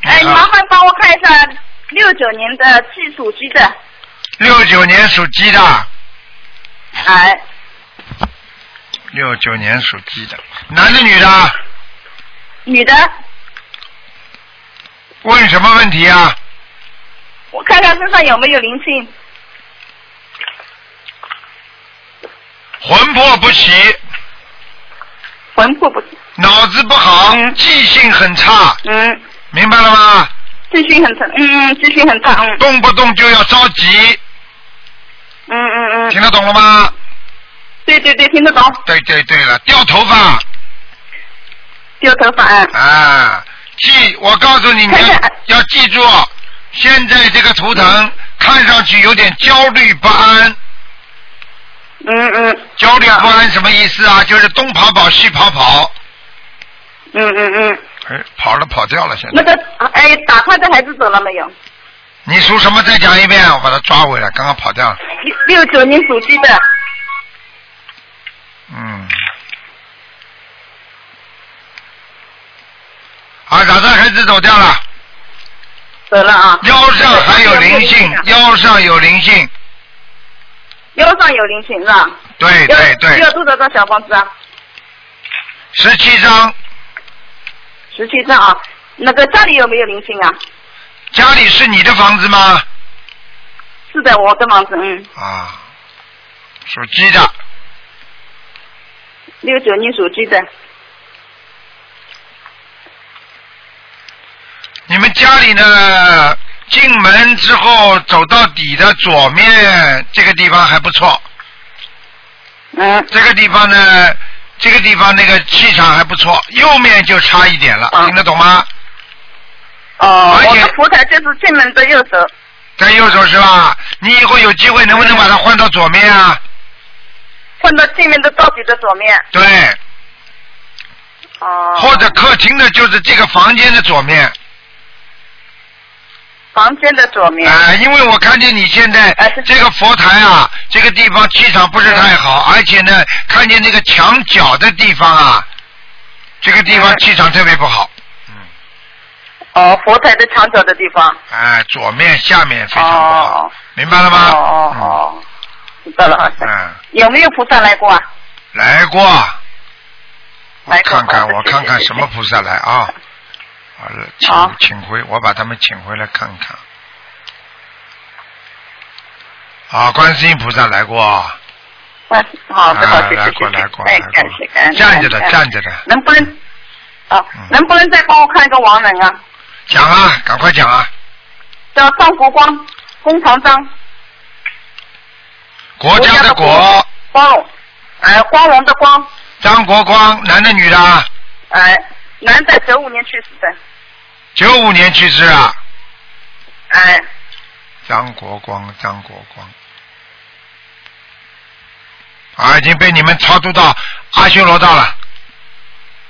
S4: 哎，
S1: 你
S4: 你
S1: 好
S4: 麻烦帮我看一下六九年的鸡属鸡的，
S1: 六九年属鸡的，
S4: 哎，
S1: 六九年属鸡的，男的女的？
S4: 女的，
S1: 问什么问题啊？
S4: 我看看身上有没有灵性，
S1: 魂魄不齐，
S4: 魂魄不，
S1: 脑子不好，
S4: 嗯
S1: 记性很差，
S4: 嗯，
S1: 明白了吗？
S4: 记性很差，嗯嗯，记性很差，嗯
S1: 动不动就要着急，
S4: 嗯嗯嗯，
S1: 听得懂了吗？
S4: 对对对，听得懂，
S1: 对对对了，掉头发
S4: 掉头发，嗯
S1: 啊，记，我告诉你，你
S4: 看
S1: 要
S4: 看
S1: 要记住，现在这个图腾看上去有点焦虑不安，
S4: 嗯嗯
S1: 焦虑不安什么意思啊？就是东跑跑西跑跑，
S4: 嗯嗯嗯，
S1: 哎，跑了跑掉了，现
S4: 那
S1: 在
S4: 个哎，打他的孩子走了没有？
S1: 你属什么？再讲一遍，我把它抓回来，刚刚跑掉了，
S4: 六九年属鸡的，
S1: 嗯。啊，打算孩子走掉了，
S4: 走了啊。
S1: 腰上还有灵 性，
S4: 啊
S1: 腰上有灵性，
S4: 腰上有灵性是吧？
S1: 对对
S4: 要
S1: 对，
S4: 要多少张小房子啊？
S1: 十七张，
S4: 十七张啊。那个家里有没有灵性啊？
S1: 家里是你的房子吗？
S4: 是的，我的房子，嗯，
S1: 啊，属鸡的，
S4: 六九年属鸡的，
S1: 你们家里呢？进门之后走到底的左面这个地方还不错，
S4: 嗯，
S1: 这个地方呢，这个地方那个气场还不错，右面就差一点了，
S4: 啊
S1: 听得懂吗？
S4: 哦
S1: 而
S4: 我
S1: 且
S4: 的佛台就是进门的右手，
S1: 在右手是吧？你以后有机会能不能把它换到左面啊？
S4: 换到进门的到底的左面，
S1: 对，
S4: 啊哦，
S1: 或者客厅的就是这个房间的左面。
S4: 房间的左面，
S1: 哎、因为我看见你现在
S4: 哎是
S1: 这个佛台啊，这个地方气场不是太好，
S4: 嗯
S1: 而且呢，看见那个墙角的地方啊，这个地方
S4: 嗯
S1: 气场特别不好。
S4: 哦，佛台的墙角的地方，
S1: 哎、左面下面非常不好，
S4: 哦，
S1: 明白了
S4: 哦
S1: 吗？
S4: 哦哦，知道了，好
S1: 嗯，
S4: 像
S1: 嗯，
S4: 有没有菩萨来过啊？
S1: 来过。我
S4: 来过
S1: 看看，
S4: 好的
S1: 我
S4: 谢谢
S1: 看看
S4: 谢谢
S1: 什么菩萨来啊？好了，
S4: 好
S1: 请请回，我把他们请回来看看。啊，观世音菩萨来过啊。
S4: 嗯，好的，好
S1: 啊，
S4: 的，
S1: 来
S4: 谢
S1: 过
S4: 谢，
S1: 来过
S4: 哎
S1: 来，
S4: 感谢
S1: 过，
S4: 感恩，
S1: 站着的
S4: 感恩
S1: 站着的，
S4: 能不能？哦
S1: 嗯，
S4: 能不能再帮我看一个亡人啊？
S1: 讲啊，赶快讲啊！
S4: 叫张国光，工长张，
S1: 国家的
S4: 国家
S1: 国，
S4: 光，呃，光荣的光，
S1: 张国光，男的女的啊？
S4: 呃，男的九五年去世的，
S1: 九五年去世啊。
S4: 哎、
S1: 张国光，张国光，啊，已经被你们超度到阿修罗道了。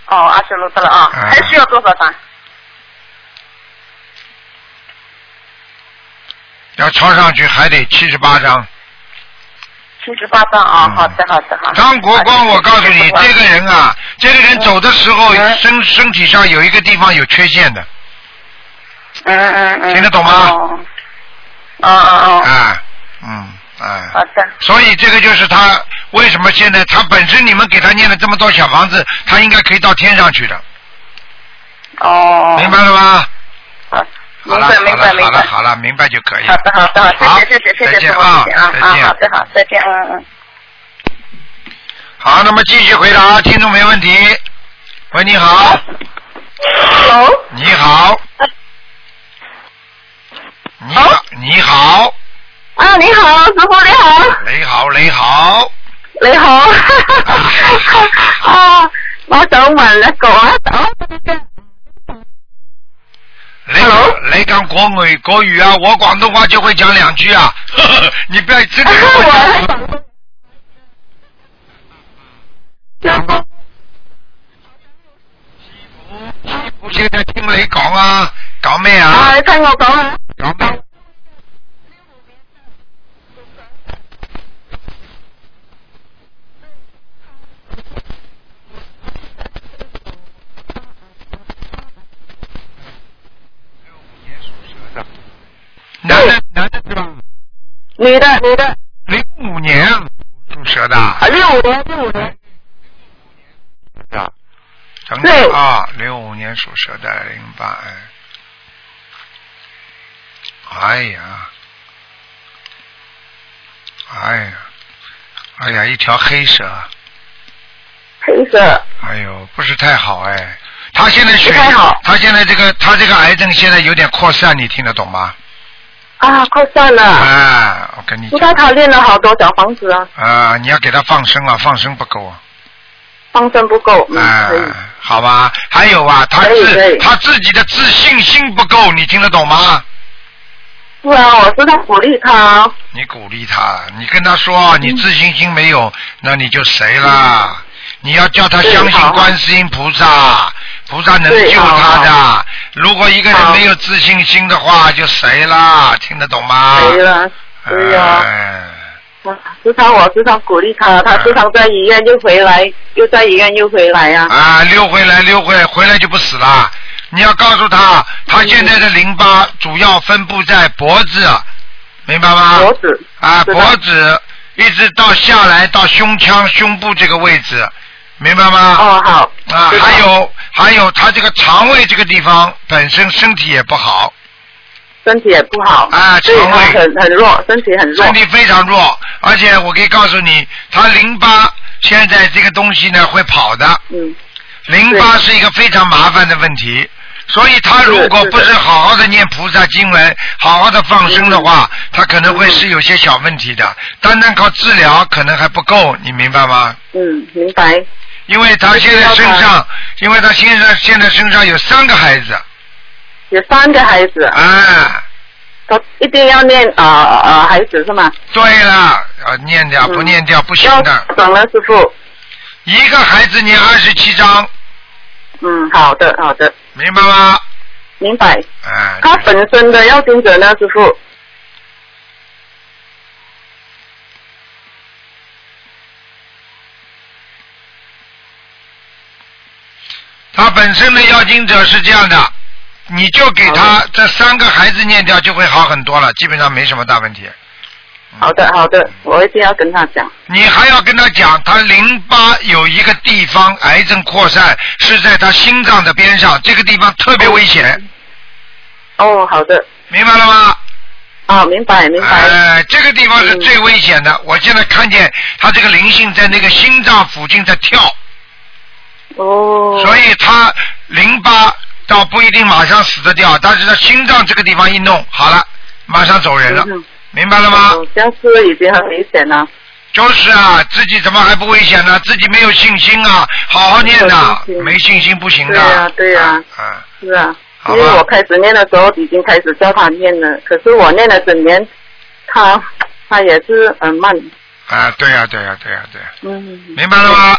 S4: 哦，阿修罗得了啊，
S1: 啊
S4: 还需要多少张？
S1: 要抄上去还得七十八章。
S4: 啊七十八张啊，
S1: 嗯
S4: 好的，好的，好的。
S1: 张国
S4: 啊
S1: 光，我告诉你，
S4: 好的
S1: 这个人啊，这个人走的时候
S4: 嗯
S1: 身身体上有一个地方有缺陷的，
S4: 嗯嗯嗯，
S1: 听得懂吗
S4: 哦哦哦，哦
S1: 啊，嗯，啊
S4: 好，的，
S1: 所以这个就是他为什么现在他本身你们给他念了这么多小房子，他应该可以到天上去的，
S4: 哦，
S1: 明白了吗？
S4: 好，
S1: 好
S4: 明
S1: 了，
S4: 白，
S1: 好了
S4: 明白，，明
S1: 好了，
S4: 白。
S1: 好了，明白就可以。
S4: 好的，好的，好，谢谢，谢谢，
S1: 再
S4: 谢谢
S1: 见
S4: 师傅，
S1: 啊
S4: 谢谢啊，
S1: 再见
S4: 啊，好的，好，再见，嗯嗯嗯。
S1: 好，那么继续回答听众没问题。喂，你好，
S2: Hello，
S1: 你好，你好，你好，
S2: 啊，你好，师傅你好，
S1: 你好，你好，
S2: 你好，啊，我想问一个啊，
S1: 你好
S2: Hello？
S1: 你讲国语国语啊，我广东话就会讲两句啊， 呵呵你不要真的跟我讲。
S2: 啊我想问，
S1: 我现在听你讲啊，讲咩
S2: 啊，
S1: 啊？
S2: 你听我讲啊，
S1: 讲咩？男的，男的是吧？
S2: 女的女的，
S1: 零五年属蛇的，
S2: 六年六年，
S1: 整
S2: 啊对
S1: 啊，零五年属蛇的，零八哎，哎呀，哎呀，哎呀，一条黑蛇，
S2: 黑色。
S1: 哎呦，不是太好哎。他现在血
S2: 不太好，
S1: 他现在这个他这个癌症现在有点扩散，你听得懂吗？
S2: 啊，扩散了。
S1: 啊，我跟你
S2: 你
S1: 讲
S2: 看他练了好多小房子啊，
S1: 啊，你要给他放生啊，放生不够啊，
S2: 方针不够。嗯，
S1: 啊
S2: 可以。，
S1: 好吧。还有啊，他
S2: 可以可
S1: 自
S2: 以
S1: 他自己的自信心不够，你听得懂吗？
S2: 不然我是在鼓励他。
S1: 你鼓励他，你跟他说
S2: 嗯
S1: 你自信心没有，那你就谁啦？你要叫他相信
S2: 对好
S1: 观世音菩萨，菩萨能
S2: 对
S1: 救
S2: 好
S1: 他的
S2: 好。
S1: 如果一个人
S2: 好
S1: 没有自信心的话，就谁啦？听得懂吗？
S2: 没了。对呀、
S1: 哎
S2: 啊，时常我时常鼓励他，他时常在医院又回来，又在医院又回来呀、
S1: 啊，溜回来，溜回来，回来就不死了。你要告诉他，他
S2: 嗯
S1: 现在的淋巴主要分布在脖子，明白吗？
S2: 脖子
S1: 啊，
S2: 知道
S1: 脖子一直到下来到胸腔、胸部这个位置，明白吗？
S2: 哦好，
S1: 啊，
S2: 知道
S1: 还有还有，他这个肠胃这个地方本身身体也不好，
S2: 身体也不好，
S1: 啊
S2: 所以
S1: 肠
S2: 他
S1: 胃
S2: 很很弱，身体很弱
S1: 身。体非常弱，而且我可以告诉你，他淋巴现在这个东西呢会跑的，
S2: 嗯，
S1: 淋巴是一个非常麻烦的问题，所以他如果不是好好的念菩萨经文，好好的放生的话，
S2: 嗯
S1: 他可能会是有些小问题的。单单靠治疗可能还不够，你明白吗？
S2: 嗯，明白。
S1: 因为他现在身上，因为他现在现在身上有三个孩子，
S2: 有三个孩子，
S1: 啊，
S2: 他一定要念啊啊、呃孩子是吗？
S1: 对了，要念掉不念掉不行
S2: 要
S1: 的，
S2: 懂了，师傅。
S1: 一个孩子念二十七章，
S2: 嗯，好的好的，
S1: 明白吗？
S2: 明白。
S1: 啊，
S2: 他本身的要经者呢，师
S1: 嗯
S2: 傅。
S1: 他本身的要经者是这样的，你就给他这三个孩子念掉就会好很多了，基本上没什么大问题。
S2: 好的好的，我一定要跟他讲。
S1: 你还要跟他讲，他淋巴有一个地方癌症扩散是在他心脏的边上，这个地方特别危险，
S2: 哦，好的，
S1: 明白了吗？
S2: 啊，明白明白。
S1: 哎、这个地方是最危险的。我现在看见他这个灵性在那个心脏附近在跳，
S2: 哦。
S1: 所以他淋巴倒不一定马上死得掉，但是他心脏这个地方一弄好了，马上走人了，
S2: 嗯
S1: 明白了吗？
S2: 哦这样是已经很危险了。
S1: 就是啊，自己怎么还不危险呢？自己没有信心啊，好好念呐、
S2: 没有信心
S1: 没信心不行的。
S2: 对呀对呀
S1: 啊啊
S2: 是啊，
S1: 好
S2: 因
S1: 吧
S2: 为我开始念的时候已经开始教他念了，可是我念了整年，他他也是很慢。
S1: 啊，对呀、对呀、对呀、对呀、
S2: 嗯，
S1: 明白了吗？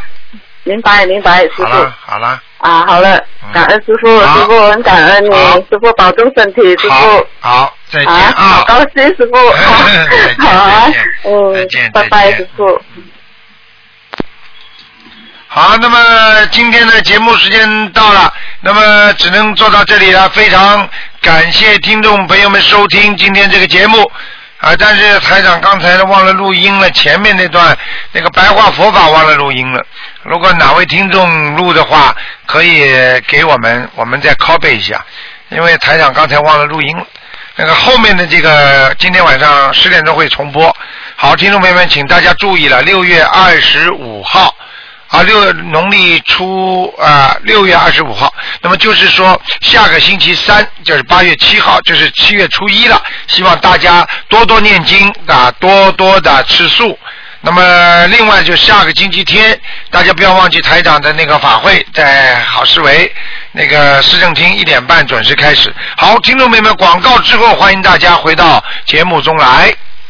S2: 明白明白，师
S1: 好
S2: 傅
S1: 了，好了，
S2: 啊，好了
S1: 嗯，
S2: 感恩师傅，
S1: 好
S2: 师傅很感恩你
S1: 好，
S2: 师傅保重身体，师
S1: 好
S2: 傅，
S1: 好，再见
S2: 啊，好高兴师傅，
S1: 再见
S2: 好啊
S1: 再见，再
S2: 嗯
S1: 见，
S2: 拜
S1: 再
S2: 拜，
S1: 见
S2: 师傅。
S1: 好，那么今天的节目时间到了，那么只能做到这里了。非常感谢听众朋友们收听今天这个节目啊！但是台长刚才忘了录音了，前面那段那个白话佛法忘了录音了。如果哪位听众录的话，可以给我们，我们再 copy 一下，因为台长刚才忘了录音了。那个后面的这个今天晚上十点钟会重播。好，听众朋友们，请大家注意了，六月二十五号。啊，六农历初啊，六、月二十五号，那么就是说下个星期三，就是八月七号，就是七月初一了。希望大家多多念经啊，多多的吃素。那么另外就下个星期天，大家不要忘记台长的那个法会在好市委那个市政厅一点半准时开始。好，听众朋友们，广告之后欢迎大家回到节目中来。